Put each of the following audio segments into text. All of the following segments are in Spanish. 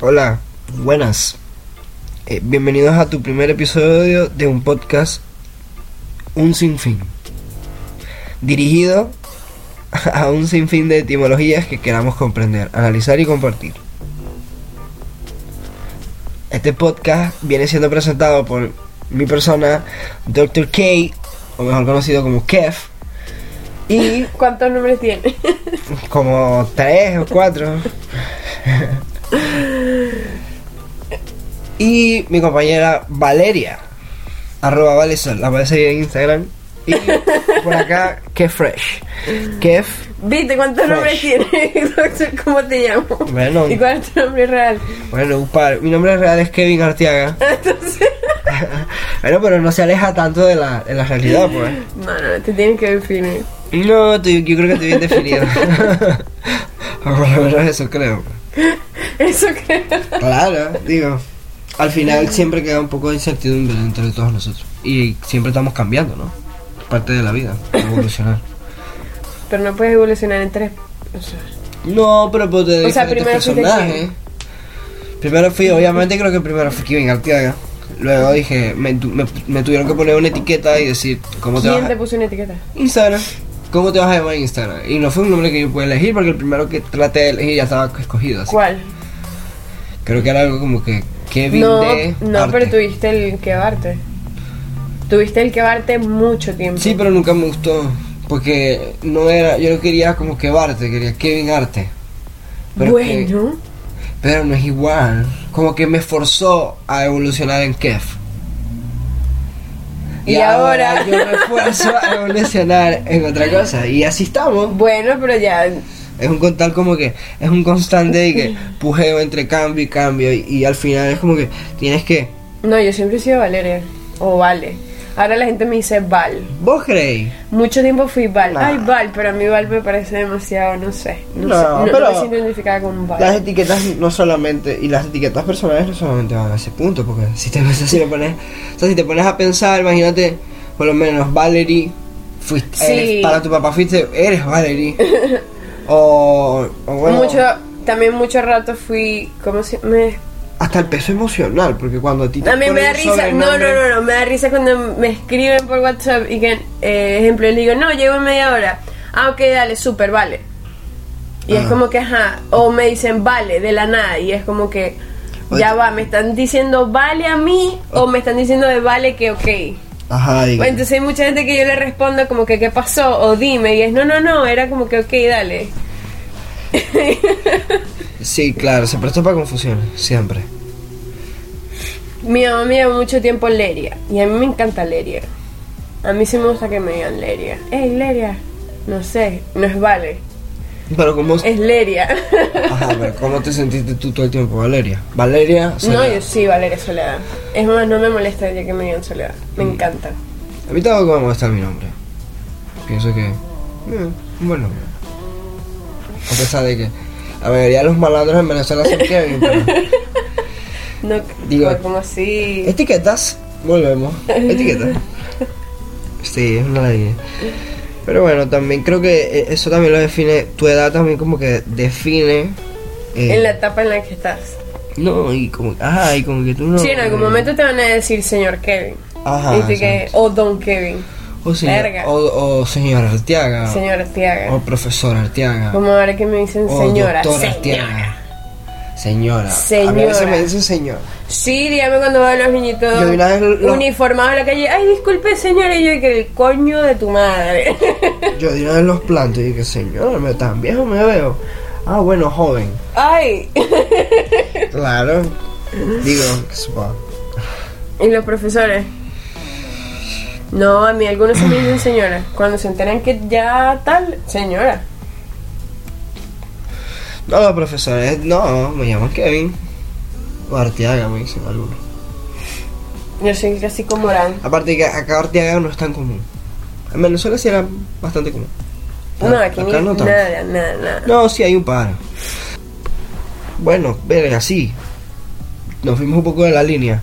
Hola, buenas. Eh, bienvenidos a tu primer episodio de un podcast Un Sinfín. Dirigido a un sinfín de etimologías que queramos comprender, analizar y compartir. Este podcast viene siendo presentado por mi persona, Dr. K, o mejor conocido como Kev, y ¿Cuántos nombres tiene? como tres o cuatro. y mi compañera Valeria, arroba Valesol, la puedes seguir en Instagram. Y por acá, Kev Fresh. Kev, ¿Viste cuántos Fresh. nombres tiene? ¿Cómo te llamo? bueno, ¿Y cuál es tu nombre real? bueno, un par. Mi nombre real es Kevin Arteaga. Entonces, Bueno, pero no se aleja tanto de la, de la realidad, pues. mano, te tienes que definir. No, tú- yo creo que estoy bien definido. o por lo menos eso creo. Eso que. Claro, digo. Al final siempre queda un poco de incertidumbre entre todos nosotros. Y siempre estamos cambiando, ¿no? Parte de la vida, evolucionar. Pero no puedes evolucionar en tres. O sea, No, pero pues de O sea, diferentes primero fuiste personajes. Primero fui, obviamente creo que primero fui Kevin Arteaga. Luego dije, me, tu- me- me tuvieron que poner una etiqueta y decir, ¿cómo te vas ¿Quién a- te puso una etiqueta? Instagram. ¿Cómo te vas a llamar en Instagram? Y no fue un nombre que yo pude elegir porque el primero que traté de elegir ya estaba escogido. Así. ¿Cuál? Creo que era algo como que Kevin No, de no, Arte. pero tuviste el quebarte. Tuviste el quebarte mucho tiempo. Sí, pero nunca me gustó porque no era, yo no quería como que Barte, quería Kevin Arte. Pero que- Bueno, pero no es igual. Como que me forzó a evolucionar en Kev. Y ahora- yo me esfuerzo a evolucionar en otra cosa. Y así estamos. bueno, pero ya. Es un contar como que es un constante y que pujeo entre cambio y cambio y, y al final es como que tienes que No, yo siempre he sido Valeria. O Vale. Ahora la gente me dice Val. vos creéis. Mucho tiempo fui Val. Nah. Ay, Val, pero a mí Val me parece demasiado, no sé. No, No, sé. No- no pero- me siento identificada con Val. Las etiquetas no solamente y las etiquetas personales no solamente van a ese punto porque si te si lo pones, o sea, si te pones a pensar, imagínate por lo menos Valerie fuiste Sí. eres- para tu papá fuiste eres Valerie o, o bueno Mucho, también mucho rato fui, ¿cómo se me hasta el peso emocional porque cuando a ti te A mí me ponen da un risa, no, no, sobrenombre- no, no, me da risa cuando me escriben por WhatsApp y que, eh, ejemplo, le digo, no, llego en media hora. Ah, ok, dale, súper, vale. Y es Ah. como que, ajá, o me dicen, vale, de la nada, y es como que, O ya te- va, me están diciendo, vale a mí, o me están diciendo de vale que, ok. Ajá, digo. Bueno, entonces hay mucha gente que yo le respondo como que, ¿qué pasó? O dime, y es, no, no, no, era como que, ok, dale. Sí, claro, se presta para confusión, siempre. Mi mamá me lleva mucho tiempo Leria y a mí me encanta Leria. A mí sí me gusta que me digan Leria. ¡Ey, Leria! No sé, no es Vale, Pero como es Leria. Ajá, pero ¿cómo te sentiste tú todo el tiempo, Valeria? Valeria, no, Soledad. yo sí, Valeria Soledad. Es más, no me molesta ya que me digan Soledad. Me encanta. A mí tampoco me molesta mi nombre. Pienso que. eh, un buen nombre. A pesar de que la mayoría de los malandros en Venezuela son Kevin, pero. No, Digo- este- no, como así. Etiquetas, volvemos. Etiquetas. Sí, es una ley. Pero bueno, también creo que eh, eso también lo define. Tu edad también, como que define. eh, En la etapa en la que estás. No, y como. Ajá, y como que tú no. eh, Ah, Sí, en algún momento te van a decir señor Kevin. Ajá, Viste que- o don Kevin. O señor, Verga. o, o señora Arteaga. Señor Arteaga. Ah. O profesora Arteaga. Como ahora que me dicen o señora. Oh, doctora Señora. Arteaga. Señora. A mí a veces Oh, Señora. me dicen señora. Sí, dígame cuando veo a los niñitos Yo una vez lo- uniformados en la calle. Ay, disculpe, señora, y yo que el coño de tu madre. Yo de una vez los planto y dije, señora, ¿me tan viejo me veo? Ah, bueno, joven. Ay. Claro. Digo, que supongo. ¿Y los profesores? No, a mí algunos se me dicen señora. Cuando se enteran que ya tal, señora. No, los profesores, no, me llaman Kevin. O Arteaga, me dicen algunos. Yo soy casi como Morán. Aparte que acá Arteaga no es tan común. En Venezuela sí era bastante común. No, aquí ni- Ah, Acá no tanto. nada, nada, nada. No, sí, hay un par. Bueno, verga, sí. Nos fuimos un poco de la línea.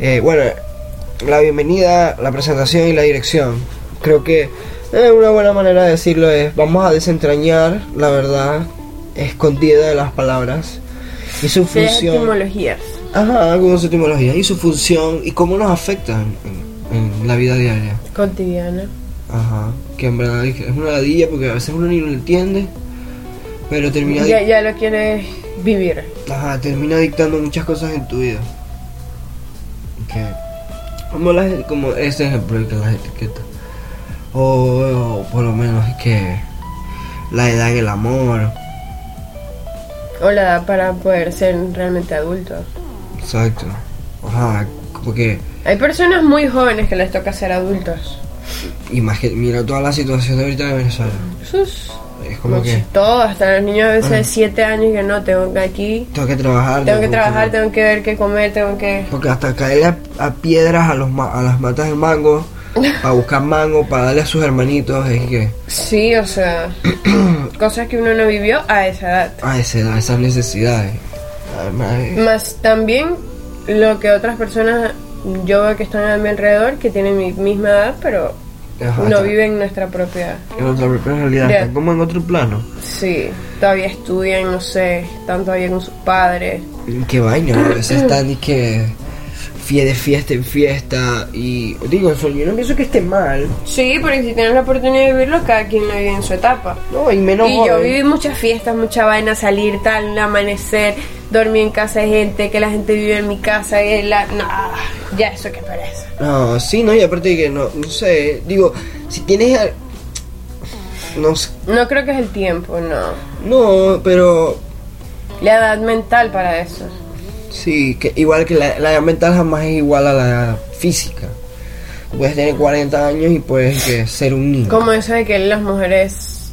Eh, bueno, la bienvenida, la presentación y la dirección. Creo que eh, una buena manera de decirlo es, vamos a desentrañar la verdad escondida de las palabras Y su de las función. etimologías. Ajá, como su etimología. Y su función y cómo nos afectan en, en la vida diaria. Cotidiana. Ajá. Que en verdad es que es una ladilla porque a veces uno ni lo entiende. Pero termina, Ya, ya lo quieres vivir. ajá, termina dictando muchas cosas en tu vida. Que, como, las, e, como ese ejemplo que las etiquetas. O, o por lo menos que la edad en el amor. O la edad para poder ser realmente adulto. Exacto. Ajá, como que. Hay personas muy jóvenes que les toca ser adultos. Imagina, mira toda la situación de ahorita de Venezuela. Sus. Es como que Todo, hasta los niños a veces de Ah. 7 años que no, tengo que aquí, tengo que trabajar. tengo que trabajar, tengo que ver qué comer, tengo que... Porque hasta caerle a, a piedras a, los ma- a las matas de mango, para buscar mango, para darle a sus hermanitos, es que Sí, o sea, cosas que uno no vivió a esa edad. a esa edad, esas necesidades. Además, eh, Más también lo que otras personas yo veo que están a mi alrededor, que tienen mi misma edad, pero ajá, no está- viven nuestra propia... En otra propia realidad, Ya. están como en otro plano. Sí, todavía estudian, no sé, están todavía con sus padres. Qué vaina, a Mm. veces están y que fie de fiesta en fiesta. Y digo, eso, yo no pienso que esté mal. Sí, porque si tienes la oportunidad de vivirlo, cada quien lo vive en su etapa. No, y menos y yo joven. viví muchas fiestas, mucha vaina, salir tal, amanecer, dormir en casa de gente, que la gente vive en mi casa, y la... No, ya eso que pereza. No, sí, no, y aparte de que no, no sé, digo, si tienes... al- No, sé, No creo que es el tiempo, no. no, pero La edad mental para eso. sí, que igual que la, la edad mental jamás es igual a la física. Puedes tener 40 años y puedes que, ser un niño. Como eso de que las mujeres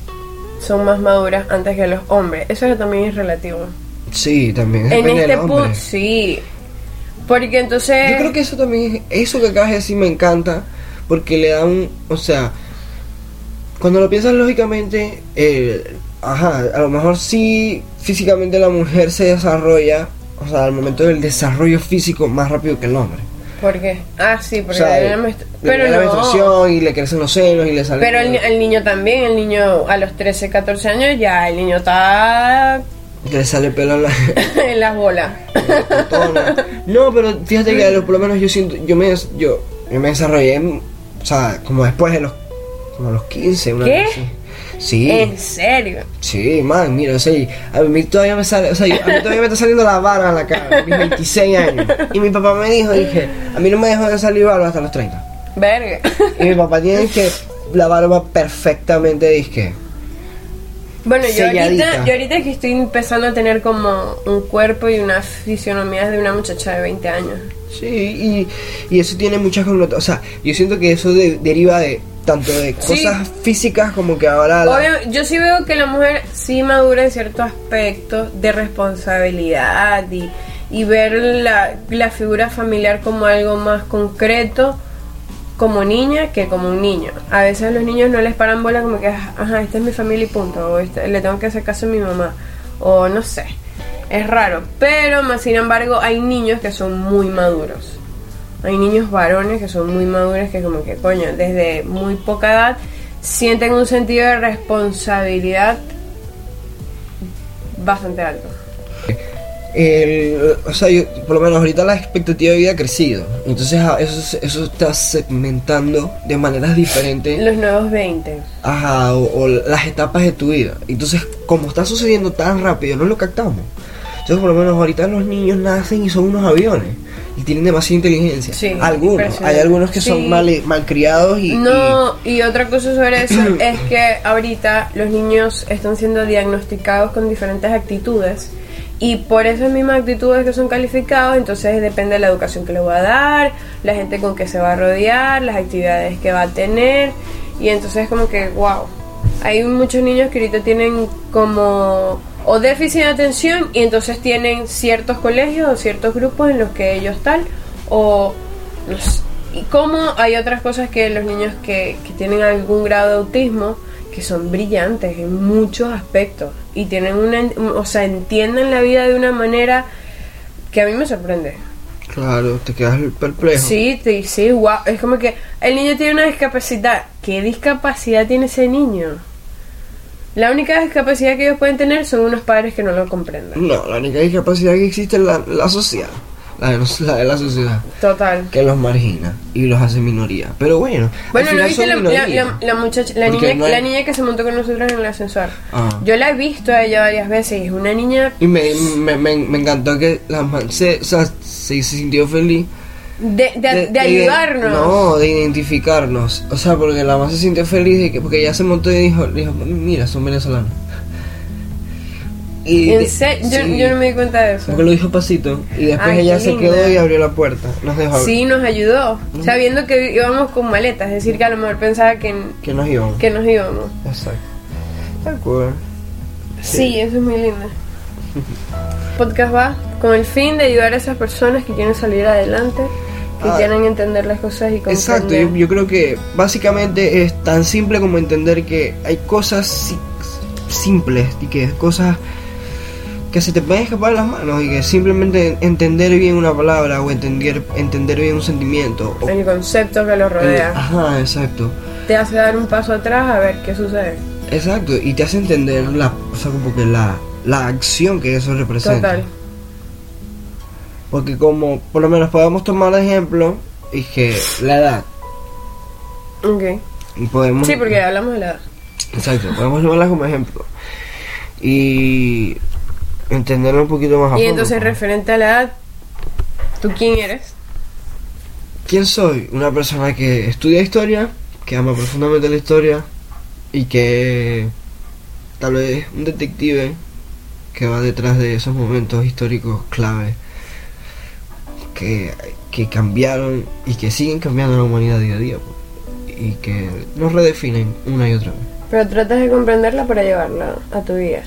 son más maduras antes que los hombres. Eso también es relativo. Sí, también. En Depende del este hombre. punto, sí. Porque entonces... Yo creo que eso también, es- eso que acabas de decir me encanta, porque le da un, o sea, cuando lo piensas lógicamente, eh, ajá, a lo mejor sí físicamente la mujer se desarrolla, o sea, al momento del desarrollo físico más rápido que el hombre. ¿Por qué? Ah, sí, O porque sea, le da la le- menstru- le da pero la no. menstruación y le crecen los senos y le salen... Pero el, ni- el niño también, el niño a los 13, 14 años ya, el niño está le sale pelo en la... en las bolas. No, pero fíjate que a lo- por lo menos yo siento, yo me, des- yo, yo me desarrollé, o sea, como después de los, como a los 15, una ¿Qué? Eh. cosa así. Sí, En serio. sí, man, mira, o sea, a mí todavía me sale, o sea, a mí todavía me está saliendo la barba en la cara, a mis 26 años. Y mi papá me dijo, dije, a mí no me dejó de salir barba hasta los 30. Verga. Y mi papá tiene que la barba perfectamente, dije. Bueno, yo ahorita, Selladita. yo ahorita que estoy empezando a tener como un cuerpo y una fisionomía de una muchacha de 20 años. Sí, y, y eso tiene muchas connotaciones. O sea, yo siento que eso de- deriva de tanto de cosas físicas como que ahora la- Obvio, yo sí veo que la mujer sí madura en ciertos aspectos de responsabilidad y, y ver la, la figura familiar como algo más concreto como niña que como un niño. A veces los niños no les paran bola como que, ajá, esta es mi familia y punto, o "Este- le tengo que hacer caso a mi mamá, o no sé, es raro. Pero más sin embargo hay niños que son muy maduros. Hay niños varones que son muy maduros que como que coño, desde muy poca edad sienten un sentido de responsabilidad bastante alto. el- o sea, yo- por lo menos ahorita la expectativa de vida ha crecido. Entonces ah, eso, se- eso está segmentando de maneras diferentes Los nuevos 20. ajá, o, o las etapas de tu vida. Entonces, como está sucediendo tan rápido, no lo captamos. Entonces, por lo menos ahorita los niños nacen y son unos aviones. Y tienen demasiada inteligencia. Sí, algunos. Hay impresionante. algunos que Sí. son mal, malcriados y... No, y otra cosa sobre eso es que ahorita los niños están siendo diagnosticados con diferentes actitudes y por esas mismas actitudes que son calificados, entonces depende de la educación que le va a dar, la gente con que se va a rodear, las actividades que va a tener y entonces como que, wow, hay muchos niños que ahorita tienen como o déficit de atención y entonces tienen ciertos colegios o ciertos grupos en los que ellos tal o no sé. y como hay otras cosas que los niños que, que tienen algún grado de autismo que son brillantes en muchos aspectos y tienen una o sea entienden la vida de una manera que a mí me sorprende y- claro, te quedas perplejo. sí te- sí guau. es como que el niño tiene una discapacidad qué discapacidad tiene ese niño La única discapacidad que ellos pueden tener son unos padres que no lo comprendan. No, la única discapacidad que existe es la, la social. La de, nos- la de la sociedad. Total. Que los margina y los hace minoría. Pero bueno. al Bueno, ¿no final viste son la, la, minoría. la- la muchacha, la Porque niña, no hay- la niña que se montó con nosotros en el ascensor? Ah. Yo la he visto a ella varias veces y es una niña Y me, me, me- me encantó que la man se, o sea, se- se sintió feliz. de, de- ide- de ayudarnos. No, de identificarnos. O sea, porque la mamá se sintió feliz de que, porque ella se montó y dijo, dijo mira, son venezolanos. Y En de- se- yo, sí, yo no me di cuenta de eso. Porque lo dijo pasito. Y después Ay, ella qué se linda. quedó y abrió la puerta. Nos dejó abrir. Sí, nos ayudó. Sabiendo que íbamos con maletas, es decir, que a lo mejor pensaba que, Que nos íbamos. que nos íbamos. Exacto. Tal cual. Sí, eso es muy lindo. Podcast va con el fin de ayudar a esas personas que quieren salir adelante, que Ah. quieren entender las cosas y comprender. Exacto, yo, yo creo que básicamente es tan simple como entender que hay cosas si- simples y que cosas que se te pueden escapar de las manos y que simplemente entender bien una palabra o entender entender bien un sentimiento o El concepto que los Eh, rodea. Ajá, exacto. Te hace dar un paso atrás a ver qué sucede. Exacto, y te hace entender la o sea, como que la, la acción que eso representa. Total. Porque como por lo menos podemos tomar de ejemplo y que la edad Ok. y podemos Sí, porque hablamos de la edad. Exacto, podemos tomarla como ejemplo. Y entenderlo un poquito más a Y fondo. entonces, referente a la edad, ¿tú quién eres? ¿Quién soy? Una persona que estudia historia, que ama profundamente la historia y que tal vez un detective que va detrás de esos momentos históricos clave que, que cambiaron y que siguen cambiando la humanidad día a día pues, y que nos redefinen una y otra vez. Pero tratas de comprenderla para llevarla a tu vida.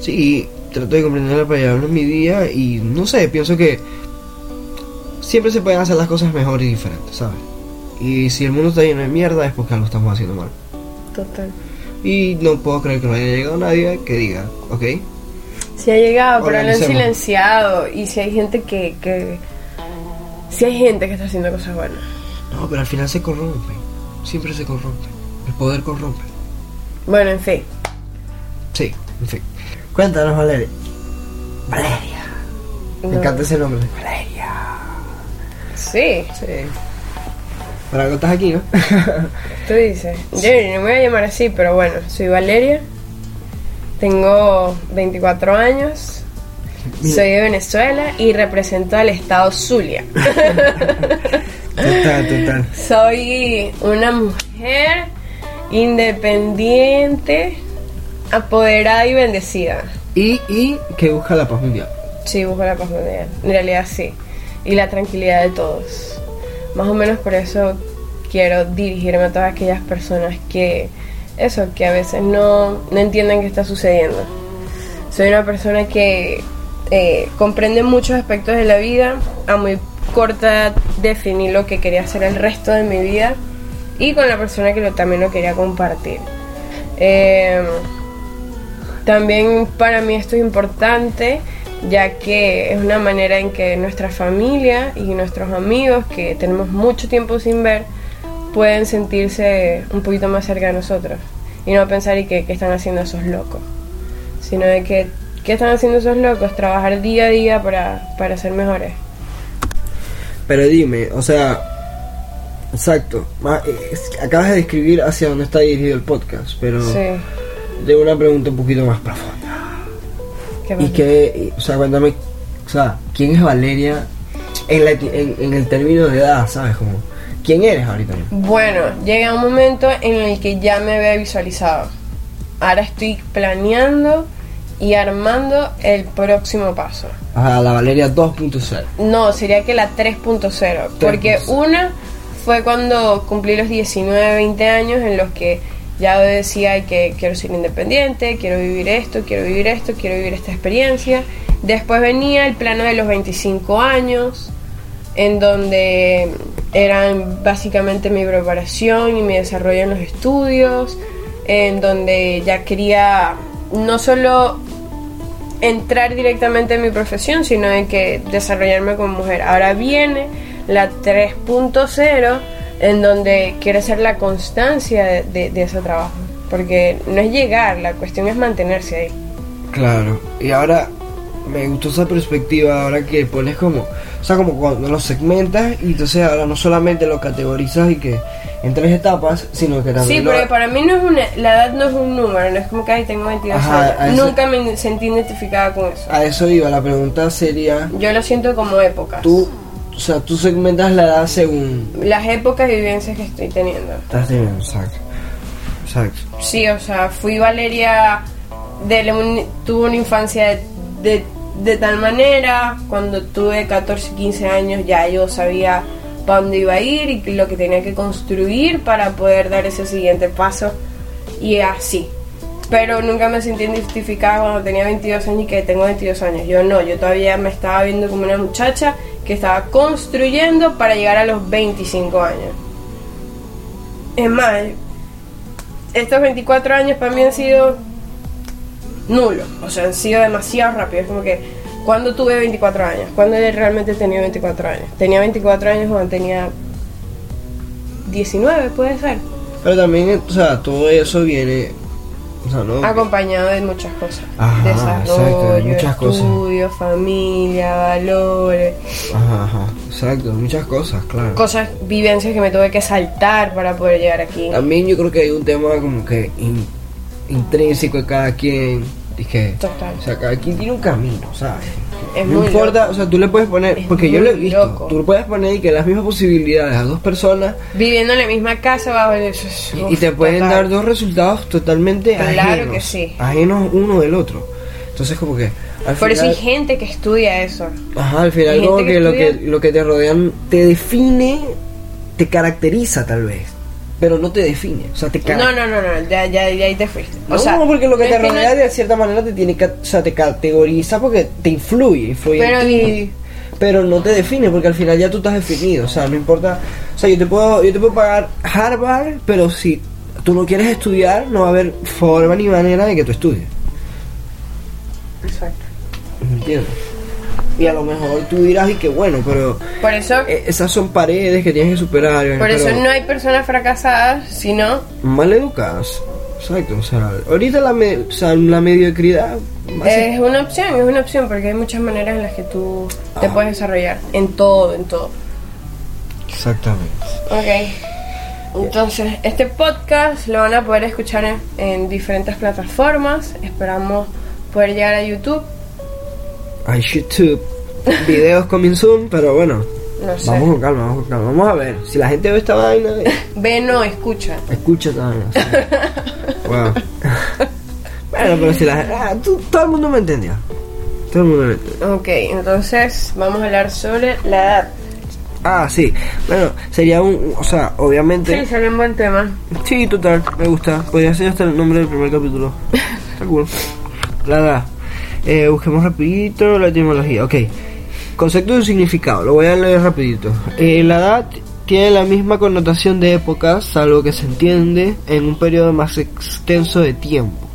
Sí, trato de comprenderla para llevarlo en mi día y no sé, pienso que siempre se pueden hacer las cosas mejor y diferentes, ¿sabes? Y si el mundo está lleno de mierda es porque algo estamos haciendo mal. Total. Y no puedo creer que no haya llegado nadie que diga, ok, Si ha llegado, pero lo han Organicemos. silenciado. Y si hay gente que, que. Si hay gente que está haciendo cosas buenas. no, pero al final se corrompe, siempre se corrompe, el poder corrompe. Bueno, en fin. Sí, en fin. Cuéntanos, Valeria. Valeria. Me No. encanta ese nombre. Valeria. Sí, Sí. Para algo estás aquí, ¿no? tú dices. Yo no me voy a llamar así, pero bueno, soy Valeria. Tengo 24 años. Mira. Soy de Venezuela y represento al estado Zulia. total, total. Soy una mujer independiente, apoderada y bendecida. Y, y que busca la paz mundial. Sí, busco la paz mundial. En realidad sí. Y la tranquilidad de todos. Más o menos por eso quiero dirigirme a todas aquellas personas que eso, que a veces no, no entienden qué está sucediendo. Soy una persona que eh, comprende muchos aspectos de la vida. A muy corta edad definí lo que quería hacer el resto de mi vida y con la persona que lo, también lo quería compartir. Em, también para mí esto es importante, ya que es una manera en que nuestra familia y nuestros amigos, que tenemos mucho tiempo sin ver, pueden sentirse un poquito más cerca de nosotros y no pensar y que, que están haciendo esos locos, sino de que qué están haciendo esos locos, trabajar día a día para, para ser mejores. Pero dime, o sea, exacto. ma- es- Acabas de describir hacia dónde está dirigido el podcast, pero Sí. tengo una pregunta un poquito más profunda. ¿Qué Y pasa? que, y- o sea, cuéntame, o sea, ¿quién es Valeria en, la- en- en el término de edad, sabes? Como, ¿quién eres ahorita? mismo? Bueno, llegué a un momento en el que ya me había visualizado. Ahora estoy planeando y armando el próximo paso. Ajá, la Valeria 2.0. No, sería que la 3.0, porque 3.0. una fue cuando cumplí los 19, 20 años en los que ya decía que quiero ser independiente, quiero vivir esto, quiero vivir esto, quiero vivir esta experiencia. Después venía el plano de los 25 años, en donde eran básicamente mi preparación y mi desarrollo en los estudios, en donde ya quería no solo entrar directamente en mi profesión, sino en que desarrollarme como mujer. Ahora viene la 3.0, en donde quiero ser la constancia de, de- de ese trabajo. porque no es llegar, la cuestión es mantenerse ahí. Claro, y ahora me gustó esa perspectiva ahora que pones como, o sea, como cuando lo segmentas y entonces ahora no solamente lo categorizas y que en tres etapas, sino que Sí, también porque lo... para mí no es una, la edad no es un número, no es como que ahí tengo 22 Ajá, a años. eso- Nunca me sentí identificada con eso. a eso iba, la pregunta sería, Yo lo siento como épocas. tú, o sea, tú segmentas la edad según Las épocas y vivencias que estoy teniendo. estás teniendo, exacto. Exacto. Sí, o sea, fui Valeria, de la uni- tuve una infancia de, de- de tal manera, cuando tuve 14, 15 años ya yo sabía para dónde iba a ir y lo que tenía que construir para poder dar ese siguiente paso y así. Pero nunca me sentí identificada cuando tenía 22 años y que tengo 22 años. Yo no, yo todavía me estaba viendo como una muchacha que estaba construyendo para llegar a los 25 años. Es más, estos 24 años para mí han sido nulos, o sea, han sido demasiado rápidos. Es como que, ¿cuándo tuve 24 años? ¿Cuándo realmente tenía 24 años? Tenía 24 años cuando tenía 19, puede ser, Pero también, o sea, todo eso viene, o sea, no... acompañado de muchas cosas: Ajá, exacto, de desarrollo, muchas cosas. estudios, familia, valores, Ajá, ajá, exacto, muchas cosas, claro. cosas, vivencias que me tuve que saltar para poder llegar aquí. También yo creo que hay un tema como que in- intrínseco de cada quien. Dije, Total. o sea, cada quien tiene un camino, ¿sabes? Es no muy importa, loco. o sea, tú le puedes poner, Es porque yo muy lo he visto, loco. tú le puedes poner y que las mismas posibilidades a dos personas Viviendo en la misma casa bajo el. y- y te pueden Total. dar dos resultados totalmente Claro ajenos, que sí. ajenos uno del otro. Entonces como que al Por eso final, hay gente que estudia eso. ajá, al hay final como que, gente que lo que estudia- lo que te rodean te define, te caracteriza tal vez, pero no te define, o sea, te caracteriza. No, no, no, no, ya, ya, ya ahí te fuiste. O no, sea, porque lo que no te es no- rodea de cierta manera te tiene que, o sea, te categoriza porque te influye, influye en Pero ti. y- pero no te define porque al final ya tú estás definido, o sea, no importa, o sea, yo te puedo yo te puedo pagar Harvard, pero si tú no quieres estudiar, no va a haber forma ni manera de que tú estudies. Exacto. ¿Me entiendes? Y a lo mejor tú dirás y que bueno, pero Por eso, eh, esas son paredes que tienes que superar, por eso pero no hay personas fracasadas, sino mal educadas. Exacto, o sea, ahorita la, me- o sea, la mediocridad es una opción, es una opción porque hay muchas maneras en las que tú te Ajá. puedes desarrollar en todo, en todo. exactamente. Ok. Entonces, este podcast lo van a poder escuchar en, en diferentes plataformas. Esperamos poder llegar a YouTube. a YouTube. Videos coming soon, pero bueno, No sé. vamos con calma, vamos con calma. Vamos a ver si la gente ve esta vaina, eh, Ve, no, escucha. escucha esta vaina. sí. Wow. bueno, pero si la gente. todo el mundo me entendió. Todo el mundo me entendió. Ok, entonces vamos a hablar sobre la edad. Ah, sí. Bueno, sería un. O sea, Sí, obviamente. salió un buen tema. Sí, total, me gusta. Podría ser hasta el nombre del primer capítulo. Está cool. La edad. Eh, busquemos rapidito la etimología. Ok. Concepto y significado. Lo voy a leer rapidito. Eh, la edad tiene la misma connotación de época, salvo que se entiende en un periodo más extenso de tiempo.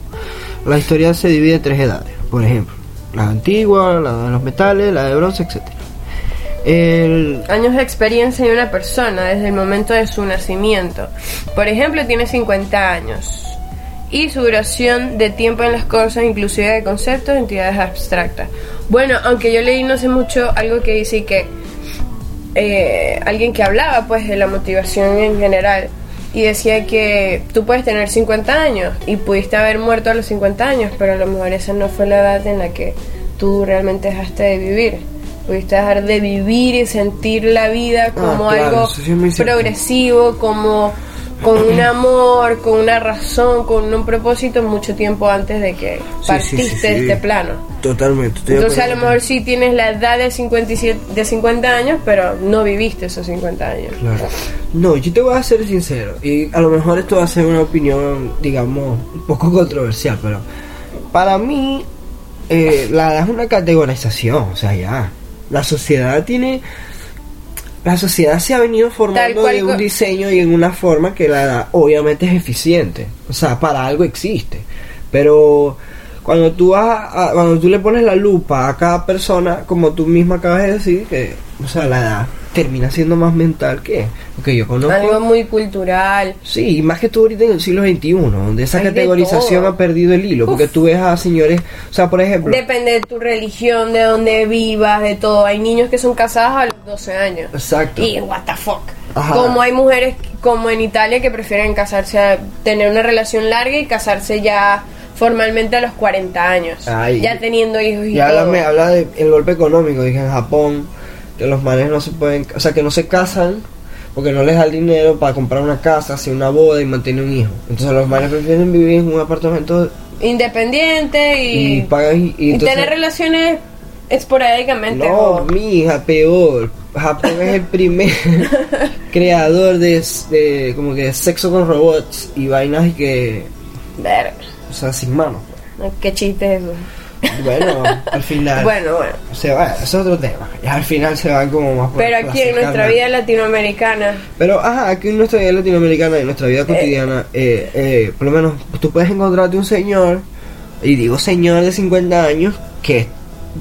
La historia se divide en tres edades. Por ejemplo, la antigua, la de los metales, la de bronce, etc. El... años de experiencia de una persona desde el momento de su nacimiento. Por ejemplo, tiene 50 años. Y su duración de tiempo en las cosas, inclusive de conceptos, entidades abstractas. Bueno, aunque yo leí no sé mucho algo que dice que eh, alguien que hablaba pues de la motivación en general y decía que tú puedes tener 50 años y pudiste haber muerto a los 50 años, pero a lo mejor esa no fue la edad en la que tú realmente dejaste de vivir. Pudiste dejar de vivir y sentir la vida como Ah, claro, algo eso sí es muy cierto. progresivo, como con un amor, con una razón, con un propósito mucho tiempo antes de que Sí, sí, partiste sí, de sí. este plano. Totalmente. estoy de Entonces a acuerdo lo contigo. mejor sí tienes la edad de 57, de 50 años, pero no viviste esos 50 años. Claro. No, yo te voy a ser sincero. Y a lo mejor esto va a ser una opinión, digamos, un poco controversial, pero para mí, eh, la edad es una categorización. O sea, ya. La sociedad tiene. La sociedad se ha venido formando cual de un co- diseño y en una forma que la edad obviamente es eficiente. O sea, para algo existe. Pero Cuando tú, vas a- a- cuando tú le pones la lupa a cada persona, como tú misma acabas de decir, que, o sea, la edad termina siendo más mental que lo que yo conozco. Algo muy cultural. Sí, y más que tú ahorita en el siglo XXI, donde esa Hay de categorización todo. ha perdido el hilo, porque Uf. tú ves a señores, o sea, por ejemplo, Depende de tu religión, de dónde vivas, de todo. Hay niños que son casados a los 12 años. Exacto. Y what the fuck. Ajá. Como hay mujeres como en Italia que prefieren casarse, a- tener una relación larga y casarse ya formalmente a los 40 años. Ay. ya teniendo hijos y ya habla, todo. me habla del golpe económico, dije en Japón, que los manes no se pueden, o sea, que no se casan porque no les da el dinero para comprar una casa, hacer una boda y mantener un hijo. Entonces los manes prefieren vivir en un apartamento Independiente y, y, pagan y, y y entonces- tener relaciones esporádicamente. No, o- mi hija, peor. Japón es el primer creador de, de como que de sexo con robots y vainas y que Verga. O sea, sin manos. Qué chiste es eso. Bueno, al final. Bueno, bueno. Se va, es otro tema. Y al final se van como más por Pero aquí en clasificar, nuestra ¿no? vida latinoamericana Pero, ajá, aquí en nuestra vida latinoamericana, en nuestra vida cotidiana, eh, eh, por lo menos tú puedes encontrarte un señor, y digo señor de 50 años, que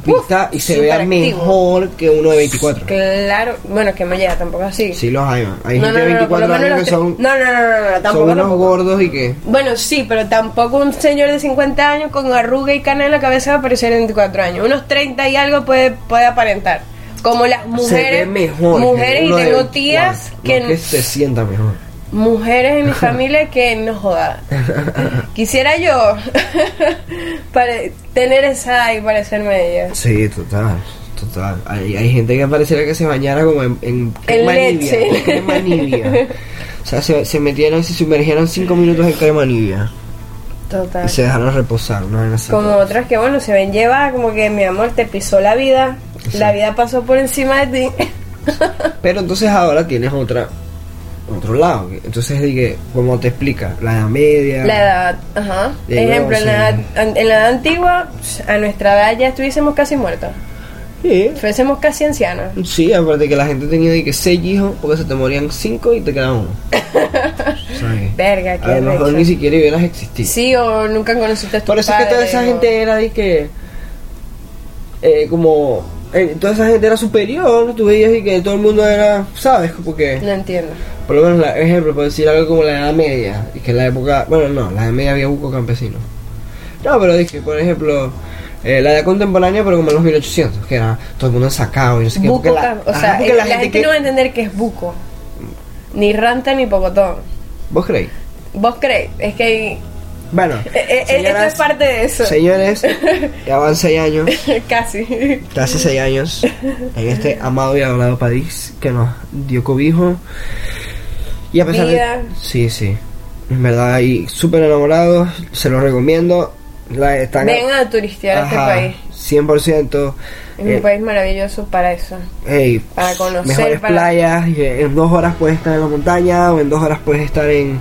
vista y se vea superactivo. mejor que uno de 24. Claro, bueno, que me llega tampoco así. Sí, los hay, man. hay no, gente no, de no, no, por 24 lo menos años que los tres- son, no, no, no, no, no, son tampoco. unos tampoco. gordos y que. Bueno, sí, pero tampoco un señor de 50 años con arruga y cana en la cabeza va a parecer de 24 años. Unos 30 y algo puede, puede aparentar. Como las se ve mujeres, mejor. que mujeres y uno de tengo 24, tías no que, que se sienta mejor. mujeres en mi familia que no joda. Quisiera yo pare- tener esa y parecerme a ellas. Sí, total, total. Hay, hay gente que pareciera que se bañara como en, en crema leche. nivea, en crema nivea. O sea, se, se metieron, se sumergieron cinco minutos en crema nivea Total. y se dejaron reposar, ¿no? En así. Como otras que, bueno, se ven llevadas, como que mi amor te pisó la vida, la vida pasó por encima de ti. Pero entonces ahora tienes otra, otro lado. Entonces dije, como te explica, la edad media. La edad, ajá. De Ejemplo, en la, edad, bronce. en la edad antigua, a nuestra edad ya estuviésemos casi muertos, Sí. fuésemos casi ancianos. Sí, aparte que la gente tenía de que seis hijos porque se te morían cinco y te quedaban uno. O sea, que Verga, a qué lo mejor recho. ni siquiera hubieras existido. Sí, o nunca conociste a tu Por eso es que toda padre, esa o- gente era de que. eh, como. eh, toda esa gente era superior, tú veías y que todo el mundo era. ¿Sabes? Porque. No entiendo. Por lo menos, la, ejemplo, por decir algo como la Edad Media. Y que en la época. Bueno, no, la Edad Media había buco campesino. No, pero dije, por ejemplo. eh, la edad contemporánea, pero como en los 1800, que era todo el mundo sacado y no sé qué. porque Buco, la- cam- o ajá, sea, porque eh, la, gente, que- no va a entender que es buco, ni ranta ni pocotón. ¿Vos creéis? ¿Vos creéis? Es que hay- Bueno, eh, eh, esto es señoras, parte de eso. señores, ya van 6 años. casi. hace seis años en este amado y adorado país que nos dio cobijo. Y a pesar Vida. de. Sí, sí. En verdad, y súper enamorados, se los recomiendo. La, están Vengan a turistear Ajá, a este país. 100%. Es Eh, un país maravilloso para eso. Ey, Para conocer, mejores para- playas, y en dos horas puedes estar en la montaña, o en dos horas puedes estar en,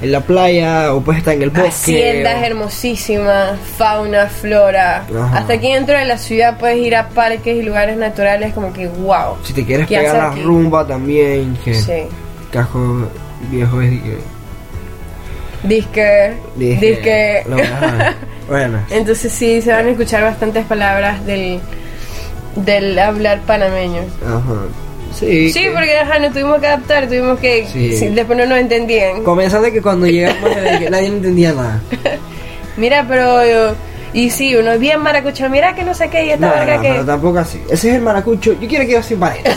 en la playa, o puedes estar en el bosque. Haciendas o- hermosísimas, fauna, flora. Ajá. Hasta aquí dentro de la ciudad puedes ir a parques y lugares naturales como que wow. si te quieres ¿Qué pegar hacer la aquí? rumba también, que Sí. casco viejo es que. Disque, Dije, disque. no, ajá. bueno, Entonces sí, se van a escuchar bastantes palabras del, del hablar panameño. ajá. Sí, Sí, que- porque ajá, nos tuvimos que adaptar, tuvimos que... Sí. sí, después no nos entendían. Comenzando que cuando llegamos era que nadie entendía nada. Mira, pero... yo- y sí, uno es bien maracucho, mira que no sé qué, y esta No, verga no, que... pero tampoco así. Ese es el maracucho. Yo quiero que yo sin paredes.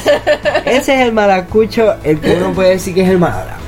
Ese es el maracucho, el que uno puede decir que es el mal hablado.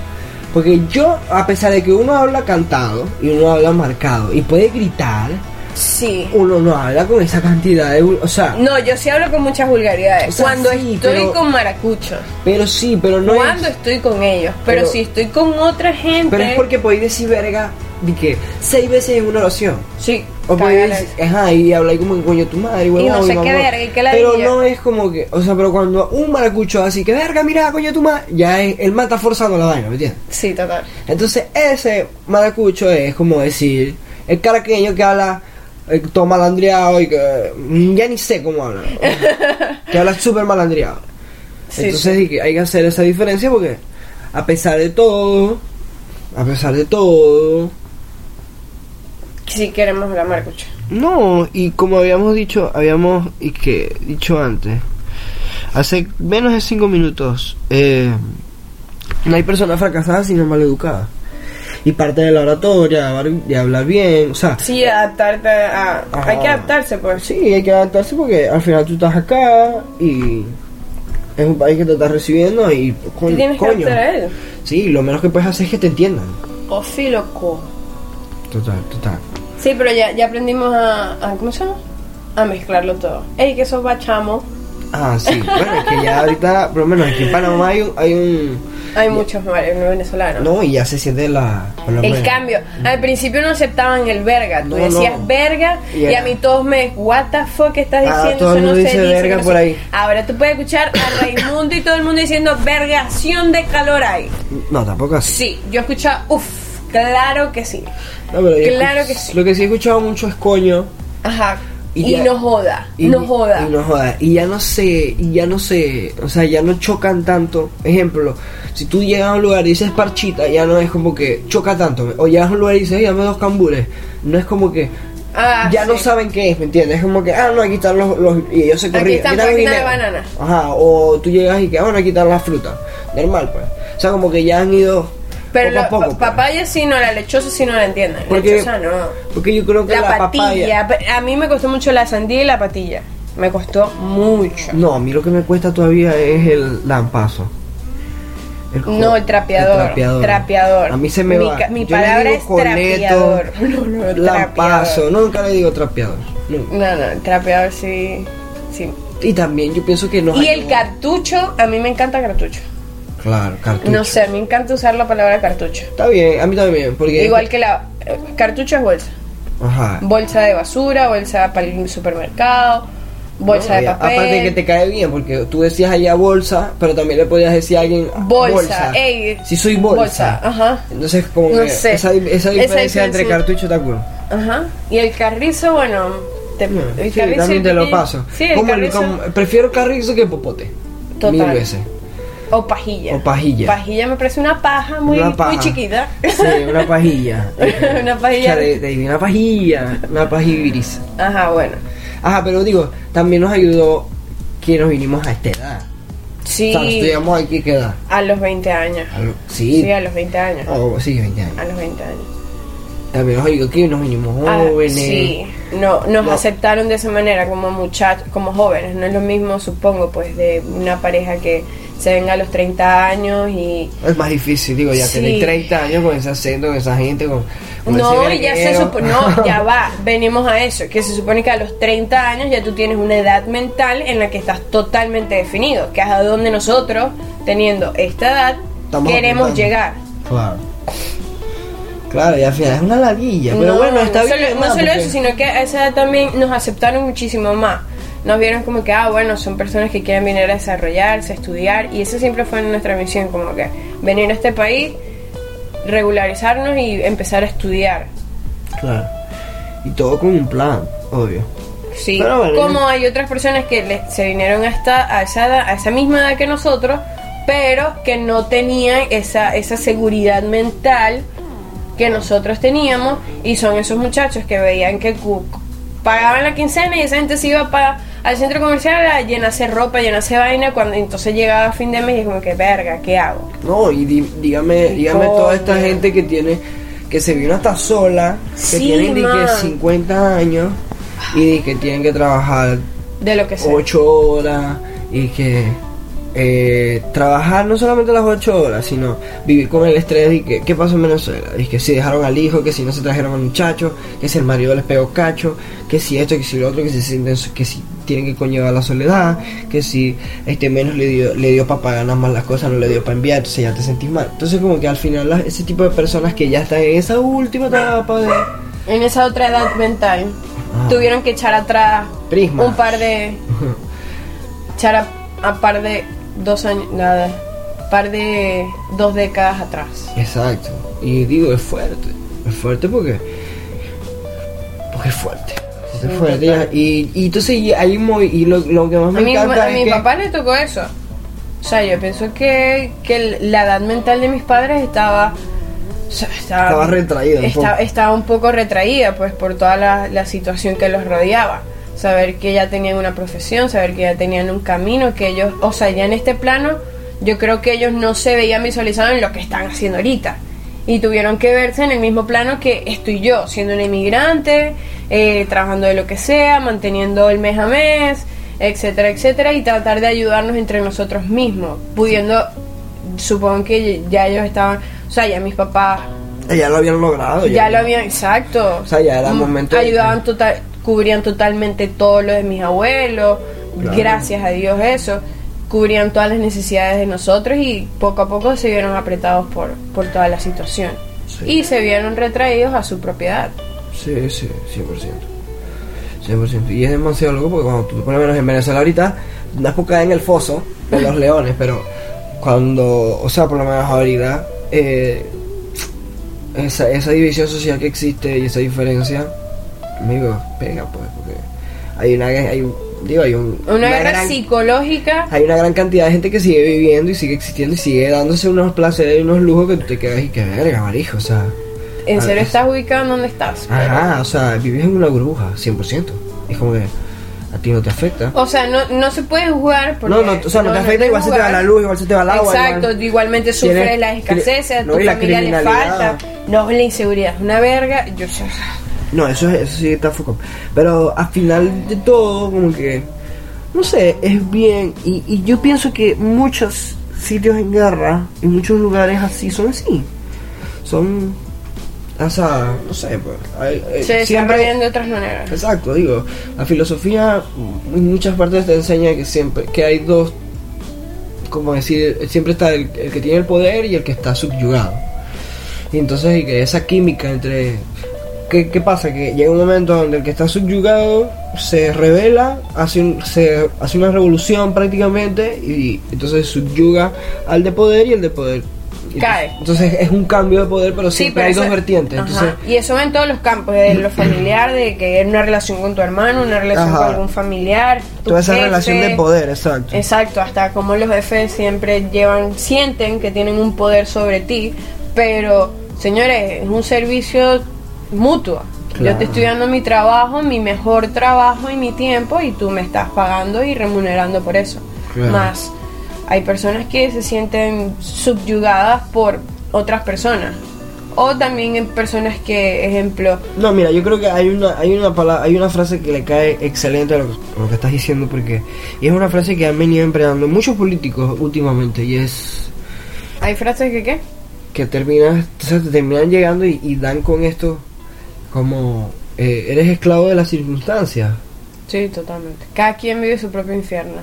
Porque yo, a pesar de que uno habla cantado y uno habla marcado y puede gritar, Sí. uno no habla con esa cantidad de. O sea, No, yo sí hablo con muchas vulgaridades. O sea, cuando sí, estoy pero- con maracuchos, pero sí, pero no. es- cuando estoy con ellos, pero, pero- si estoy con otra gente, Pero es porque podéis decir verga de que seis veces en una oración. sí, O cagar podéis, ajá, y hablar como que coño tu madre, huevón, no sé mamá. qué verga, y qué Pero ladilla. no es como que, o sea, pero cuando un maracucho así, que verga, mira, coño tu madre, ya es, el man está forzando la vaina, ¿me entiendes? sí, total. Entonces, ese maracucho es como decir, el caraqueño que habla, eh, todo malandreado y que mm, ya ni sé cómo habla, que habla súper malandreado. Sí, Entonces sí. y que hay que hacer esa diferencia porque a pesar de todo, a pesar de todo, Si queremos hablar maracucho. No, y como habíamos dicho, habíamos y que dicho antes, hace menos de cinco minutos, eh, no hay personas fracasadas sino maleducadas. Y parte de la oratoria, de hablar- de hablar bien, o sea, Sí, adaptarte a... Ajá. Hay que adaptarse, pues. Sí, hay que adaptarse porque al final tú estás acá y es un país que te está recibiendo y co- Te tienes coño. que adaptar a él. Sí, lo menos que puedes hacer es que te entiendan. O sí, loco. Total, total. Sí, pero ya, ya aprendimos a, a- ¿Cómo se llama? A mezclarlo todo. Ey, que eso va chamo. Ah, sí. Bueno, es que ya ahorita, por lo menos aquí en Panamá hay un... Hay un Hay muchos mare- venezolanos. no, y ya se siente la... por lo El menos. cambio. Al principio no aceptaban el verga. Tú No, decías no. verga y Yeah. a mí todos me. ¿What the fuck ¿qué estás Ah, diciendo? todo el Eso no mundo se dice dice, verga que no por se-". ahí. Ahora tú puedes escuchar a Raimundo y todo el mundo diciendo vergación de calor hay. No, tampoco así. Sí, yo escuchaba. Uff, claro que sí. No, pero yo Claro escu- que sí. Lo que sí he escuchado mucho es coño. Ajá. Y Y, ya- no joda. Y, no joda. Y no joda. Y ya no se, y ya no se, o sea, ya no chocan tanto. Ejemplo, si tú llegas a un lugar y dices parchita, ya no es como que choca tanto. O llegas a un lugar y dices, "Ey, dame dos cambures. No es como que, Ah, ya no sí. saben qué es, ¿me entiendes? Es como que, ah, no, aquí están los, los y ellos se Aquí corrían. están "Mira los páginas de guineos". banana. Ajá, o tú llegas y que, ah, bueno, aquí están las frutas. Normal, pues. O sea, como que ya han ido Pero poco a la poco. pa- pues. papaya sí no, la lechosa sí no la entienden. Porque, Lechosa no. porque yo creo que la, La papaya... patilla. A mí me costó mucho la sandía y la patilla. Me costó mucho. No, a mí lo que me cuesta todavía es el lampazo. El co- No, el trapeador. el trapeador. A mí se me mi, va. ca- Mi Yo le palabra digo es coleto, trapeador. No, no, Lampazo. Nunca le digo trapeador. nunca. No, no, trapeador sí. sí. Y también yo pienso que no. Y el cartucho, a mí me encanta cartucho. Claro, cartucho. No sé, me encanta usar la palabra cartucho. Está bien, Ah. a mí también. Porque Igual que la. eh, Cartucho es bolsa. Ajá. Bolsa de basura, bolsa para el supermercado, bolsa de No, y a- papel. Aparte que te cae bien, porque tú decías allá bolsa, pero también le podías decir a alguien ah, Bolsa, ey. Si soy bolsa. Bolsa, ajá. Entonces, como No que sé. esa, esa Esa diferencia entre diferencia. cartucho y tacuno. Ajá. Y el carrizo, bueno. te- No, el sí, carrizo también te lo y- paso. Sí, el Como el- carrizo. como- prefiero carrizo que popote. Total. Mil veces. O pajilla. O pajilla. Pajilla me parece una paja muy, Una paja. muy chiquita. Sí, una pajilla. Una pajilla. O sea, de- de- una pajilla. Una pajibiris. Ajá, bueno. Ajá, pero digo, también nos ayudó que nos vinimos a esta edad. Sí, O sea, estudiamos aquí, ¿qué edad? a los 20 años. A lo- Sí, sí. a los 20 años. Oh, sí, 20 años. A los 20 años. También nos ayudó que nos vinimos Ah, jóvenes. sí, no, nos No. aceptaron de esa manera como muchachos, como jóvenes. No es lo mismo, supongo, pues, de una pareja que se venga a los 30 años y... Es más difícil, digo, ya Sí. tenéis 30 años con ese acento, con esa gente, con. con No, ese y ya se verguero. supone, no, ya va, venimos a eso, que se supone que a los 30 años ya tú tienes una edad mental en la que estás totalmente definido, que es a donde nosotros, teniendo esta edad, Estamos queremos apuntando. llegar. Claro. Claro, y al final es una ladilla. Pero No, bueno, está no bien. solo- nada, no solo porque- eso, sino que a esa edad también nos aceptaron muchísimo más. Nos vieron como que, ah, bueno, son personas que quieren venir a desarrollarse, a estudiar, y eso siempre fue nuestra misión, como que venir a este país, regularizarnos y empezar a estudiar. Claro. Y todo con un plan, obvio. Sí, Pero bueno, como yo- hay otras personas que le- se vinieron a, esta- a, esa edad- a esa misma edad que nosotros, pero que no tenían esa, esa seguridad mental que nosotros teníamos y son esos muchachos que veían que cu- pagaban la quincena y esa gente se iba pa- al centro comercial a llenarse ropa, llenarse vaina, cuando entonces llegaba fin de mes y es como que verga, ¿qué hago? No, y di- dígame, Y dígame toda esta coño. gente que tiene, que se vino hasta sola, que Sí, tienen de que man. 50 años y de que tienen que trabajar De lo que sea. 8 horas y que eh, trabajar no solamente las 8 horas, sino vivir con el estrés y que qué pasó en Venezuela, y que si dejaron al hijo, que si no se trajeron al muchacho, que si el marido les pegó cacho, que si esto, que si lo otro, que si sienten so- que si tienen que conllevar la soledad, que si este menos le dio, le dio para pagar nada más las cosas, no le dio para enviar, entonces ya te sentís mal. Entonces como que al final las- ese tipo de personas que ya están en esa última etapa de En esa otra edad mental, Ah. tuvieron que echar atrás Prisma. un par de echar a, a par de dos años, nada, par de dos décadas atrás. Exacto. Y digo, es fuerte. Es fuerte porque. Porque es fuerte. Porque es Sí, fuerte. total. Y, y entonces y hay un movi- y lo, lo que más A Pues me mi, encanta a es mi que- papá le tocó eso. O sea, yo pienso que, que la edad mental de mis padres estaba... O o sea, estaba, Estaba retraída un esta- poco. estaba un poco retraída, pues por toda la, la situación que los rodeaba. Saber que ya tenían una profesión, saber que ya tenían un camino, que ellos, o sea, ya en este plano, yo creo que ellos no se veían visualizados en lo que están haciendo ahorita. Y tuvieron que verse en el mismo plano que estoy yo, siendo un inmigrante, eh, trabajando de lo que sea, manteniendo el mes a mes, etcétera, etcétera, y tratar de ayudarnos entre nosotros mismos, pudiendo, supongo que ya ellos estaban, o sea, ya mis papás Ya lo habían logrado. ya lo habían, exacto. O sea, ya era Mm, momento de- Ayudaban total, cubrían totalmente todo lo de mis abuelos. Claro. Gracias a Dios eso. Cubrían todas las necesidades de nosotros y poco a poco se vieron apretados por, por toda la situación. Sí. Y se vieron retraídos a su propiedad. Sí, sí, 100%. 100%. Y es demasiado loco porque cuando tú, por lo menos en Venezuela ahorita, andas por caer en el foso de los leones, pero cuando, o sea, por lo menos ahorita, eh, esa, esa división social que existe y esa diferencia, amigo, pega pues, porque hay una, gue- hay, un- digo, hay un- Una, guerra gran- psicológica. Hay una gran cantidad de gente que sigue viviendo y sigue existiendo y sigue dándose unos placeres y unos lujos que tú te quedas y que verga, marico, o sea. ¿En a serio ver. estás ubicado en donde estás? Ajá, o sea, vives en una burbuja, 100%. Es como que a ti no te afecta. O sea, no, no se puede jugar porque no, no, o sea, no, te afecta, igual se te va jugar. la luz, igual se te va el agua. Exacto, igual- igualmente sufres Tienes las escaseces, cri- a no, tu y la familia le criminalidad. Eh, falta, no, la inseguridad es una verga, yo sé. No, eso, es- eso sí está foco. Pero al final de todo, como que, no sé, es bien. Y, y yo pienso que muchos sitios en guerra y muchos lugares así son así. Son, o sea, no sé, pues. hay- hay- se siempre, desarrollan de otras maneras. Exacto, digo, la filosofía mm, en muchas partes te enseña que siempre, que hay dos, como decir, siempre está el, el que tiene el poder y el que está subyugado. Y entonces, y que esa química entre... ¿Qué, qué pasa? Que llega un momento donde el que está subyugado se revela, hace, un- se, hace una revolución prácticamente y entonces subyuga al de poder y el de poder. y Cae. Entonces es un cambio de poder, pero siempre pero hay eso- dos vertientes. ajá, Entonces, Y eso en todos los campos, de lo familiar, de que en una relación con tu hermano, una relación Ajá. con algún familiar, tu toda esa jefe. relación de poder, exacto. Exacto, hasta como los jefes siempre llevan, sienten que tienen un poder sobre ti, pero señores, es un servicio mutuo. Yo Claro. te estoy dando mi trabajo, mi mejor trabajo y mi tiempo y tú me estás pagando y remunerando por eso. Claro. Más, hay personas que se sienten subyugadas por otras personas. O también en personas que, ejemplo, No, mira, yo creo que hay una, hay una pala- hay una frase que le cae excelente a lo, que- a lo que estás diciendo porque y es una frase que han venido empleando muchos políticos últimamente y es hay frases que qué? que terminas, o sea, te terminan llegando y, y dan con esto como eh, eres esclavo de las circunstancias. Sí, totalmente. Cada quien vive su propio infierno.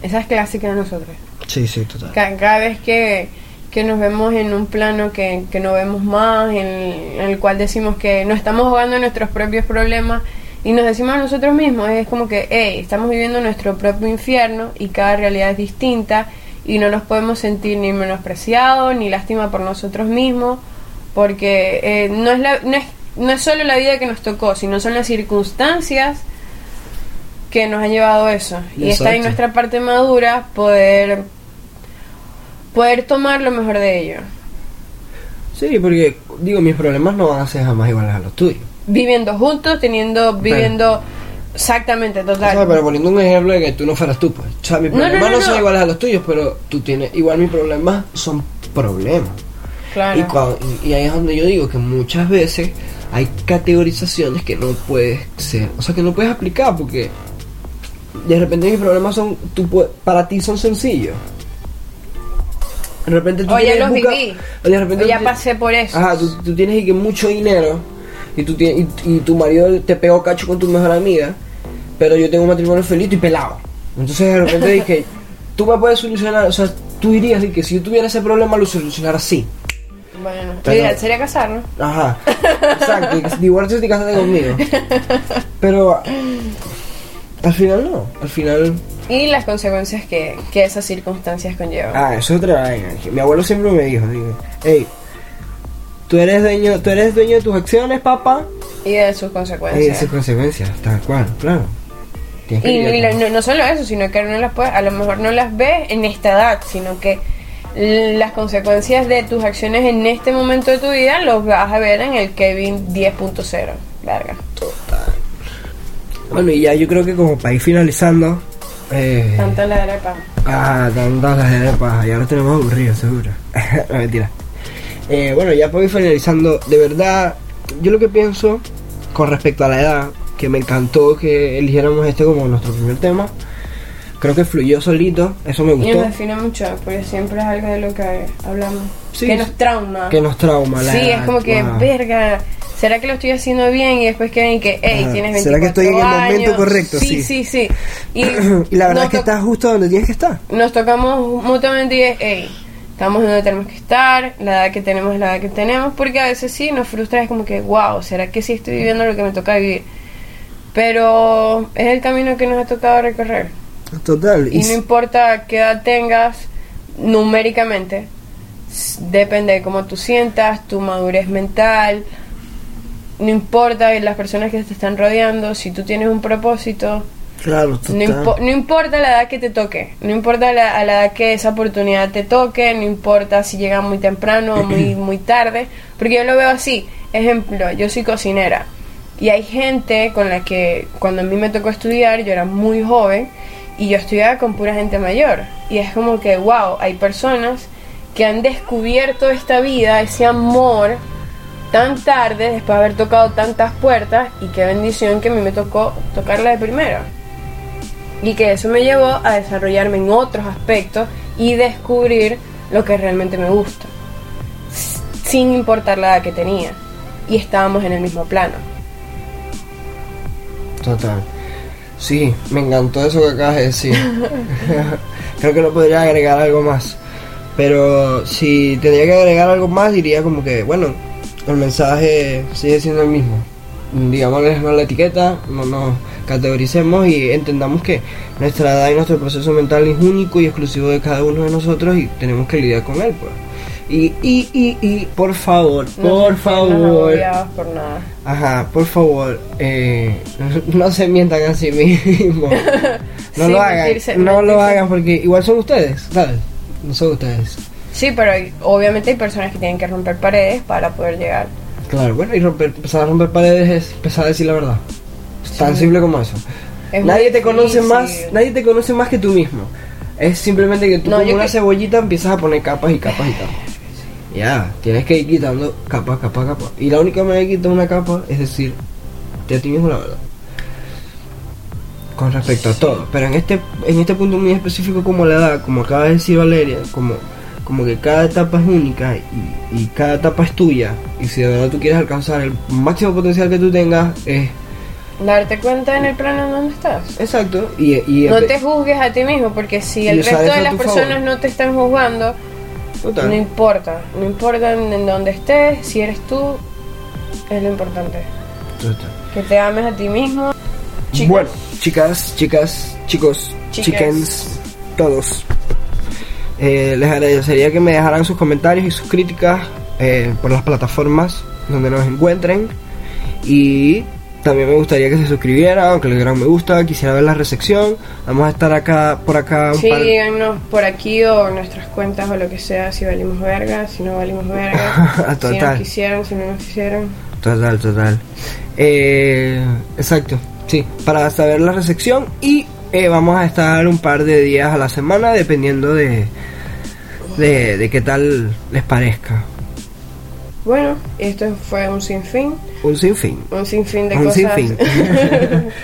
Esa es clásica de nosotros. Sí, sí, total. Ca- cada vez que, que nos vemos en un plano que, que no vemos más, en, en el cual decimos que no estamos jugando nuestros propios problemas y nos decimos a nosotros mismos, es como que, hey, estamos viviendo nuestro propio infierno y cada realidad es distinta y no nos podemos sentir ni menospreciados ni lástima por nosotros mismos porque eh, no, es la- no, es, no es solo la vida que nos tocó, sino son las circunstancias que nos han llevado a eso. Y está en Exacto. nuestra parte madura poder poder tomar lo mejor de ello, Sí, porque digo, mis problemas no van a ser jamás iguales a los tuyos. viviendo juntos, teniendo viviendo exactamente O sea, total. pero poniendo un ejemplo de que tú no fueras tú, pues. O sea, mis No, no, problemas no, no, no. son iguales a los tuyos, pero tú tienes, igual mis problemas son problemas. claro. Y, cua- y- y ahí es donde yo digo que muchas veces hay categorizaciones que no puedes ser, o sea, que no puedes aplicar porque de repente mis problemas son, tú pu- para ti son sencillos. De repente tú O ya tienes los un ca- viví. o de repente O tú ya ti- pasé por eso. Ajá, tú, tú tienes y que mucho dinero y, tú tienes, y, y tu marido te pegó cacho con tu mejor amiga, pero yo tengo un matrimonio feliz y pelado. Entonces de repente dije, tú me puedes solucionar, o sea, tú dirías que si yo tuviera ese problema lo solucionara así. Bueno, lo Pero- ideal sería casarnos. Ajá, exacto, y que- divorciate y casate conmigo. Pero a- al final no, al final. Y las consecuencias que, que esas circunstancias conllevan. Ah, eso es otra vaina. que Mi abuelo siempre me dijo, digo, hey, tú eres dueño, tú eres dueño de tus acciones, papá. Y de sus Y consecuencias. esas consecuencias, tal cual, claro. Tienes que Y, lidiar y con lo- no, no solo eso, sino que no las puedes, a lo mejor no las ves en esta edad, sino que las consecuencias de tus acciones en este momento de tu vida los vas a ver en el Kevin 10.0. Verga. Total. Bueno, y ya yo creo que como para ir finalizando. Eh, Tanta ladera de paja. Ah, tantas las de paja. Ya nos tenemos aburridos, seguro. no, mentira. Eh, bueno, ya para ir finalizando, de verdad, yo lo que pienso con respecto a la edad, que me encantó que eligiéramos este como nuestro primer tema. Creo que fluyó solito, eso me Yo me gustó. defino mucho, porque siempre es algo de lo que hablamos. Sí, que sí. nos trauma. Que nos trauma la sí, edad, es como que, wow. verga, ¿será que lo estoy haciendo bien? Y después que ven y que, hey, Ajá. tienes 24 ¿Será que estoy en el momento años. correcto? Sí, Sí. sí, sí. Y, y la verdad nos es que to- estás justo donde tienes que estar. Nos tocamos mutuamente y es, hey, estamos donde tenemos que estar, la edad que tenemos es la edad que tenemos, porque a veces sí nos frustra, es como que, wow, ¿será que sí estoy viviendo lo que me toca vivir? Pero es el camino que nos ha tocado recorrer. Total. Y s- no importa qué edad tengas numéricamente, s- depende de cómo tú sientas, tu madurez mental, no importa las personas que te están rodeando, si tú tienes un propósito, claro, total. no, impo- no importa la edad que te toque, no importa la, a la edad que esa oportunidad te toque, no importa si llega muy temprano o muy, muy tarde, porque yo lo veo así. Ejemplo, yo soy cocinera y hay gente con la que cuando a mí me tocó estudiar, yo era muy joven y yo estudiaba con pura gente mayor. Y es como que, wow, hay personas que han descubierto esta vida, ese amor tan tarde, después de haber tocado tantas puertas y qué bendición que a mí me tocó tocarla de primera y que eso me llevó a desarrollarme en otros aspectos y descubrir lo que realmente me gusta, s- sin importar la edad que tenía. Y estábamos en el mismo plano. Total. Sí, me encantó eso que acabas de decir. Creo que no podría agregar algo más. Pero si tendría que agregar algo más, diría como que, bueno, el mensaje sigue siendo el mismo. Digámosles no la etiqueta, no nos categoricemos y entendamos que nuestra edad y nuestro proceso mental es único y exclusivo de cada uno de nosotros y tenemos que lidiar con él, pues. Y, y, y, y, por favor, No por nos sentirnos favor. agobiados por nada. Ajá, por favor, eh, no se mientan a sí mismos. No Sí, lo hagan, mentirse- no lo mentirse. hagan porque igual son ustedes, ¿sabes? No son ustedes. Sí, pero hay- obviamente hay personas que tienen que romper paredes para poder llegar. Claro, bueno, y romper, empezar a romper paredes es empezar a decir la verdad. Es tan simple como eso. Es nadie muy te conoce difícil. más, nadie te conoce más que tú mismo. Es simplemente que tú No, como yo una que- cebollita empiezas a poner capas y capas y capas. Ya, tienes que ir quitando capa, capa, capa. Y la única manera de quitar una capa es decir, te a ti mismo la verdad. Con respecto a todo. Pero en este, en este punto muy específico como la edad, como acaba de decir Valeria, como, como que cada etapa es única y, y cada etapa es tuya. Y si de verdad tú quieres alcanzar el máximo potencial que tú tengas, es Darte cuenta en el plano en donde estás. exacto. Y, y No te juzgues a ti mismo, porque si Y el usar resto eso de a las tu personas favor. no te están juzgando, Total. No importa, no importa en, en dónde estés, si eres tú, es lo importante. Total. Que te ames a ti mismo. Chicos, Bueno, chicas, chicas, chicos, Chicas. chickens, todos. Eh, les agradecería que me dejaran sus comentarios y sus críticas eh, por las plataformas donde nos encuentren. Y también me gustaría que se suscribieran, que le dieran me gusta, quisiera ver la resección. Vamos a estar acá, por acá. un sí, par- díganos por aquí o en nuestras cuentas o lo que sea, si valimos verga, si no valimos verga, si Total. nos quisieron, si no nos quisieron. Total, total. Eh, exacto, sí, para saber la resección y eh, vamos a estar un par de días a la semana dependiendo de, de, de qué tal les parezca. Bueno, esto fue un sinfín, Un sinfín. un sinfín de Un cosas. sinfín.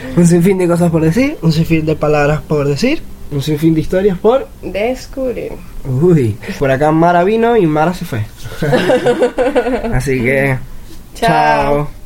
un sinfín de cosas por decir, un sinfín de palabras por decir, un sinfín de historias por... Descubrir. Uy, por acá Mara vino y Mara se fue. Así que... Chao. chao.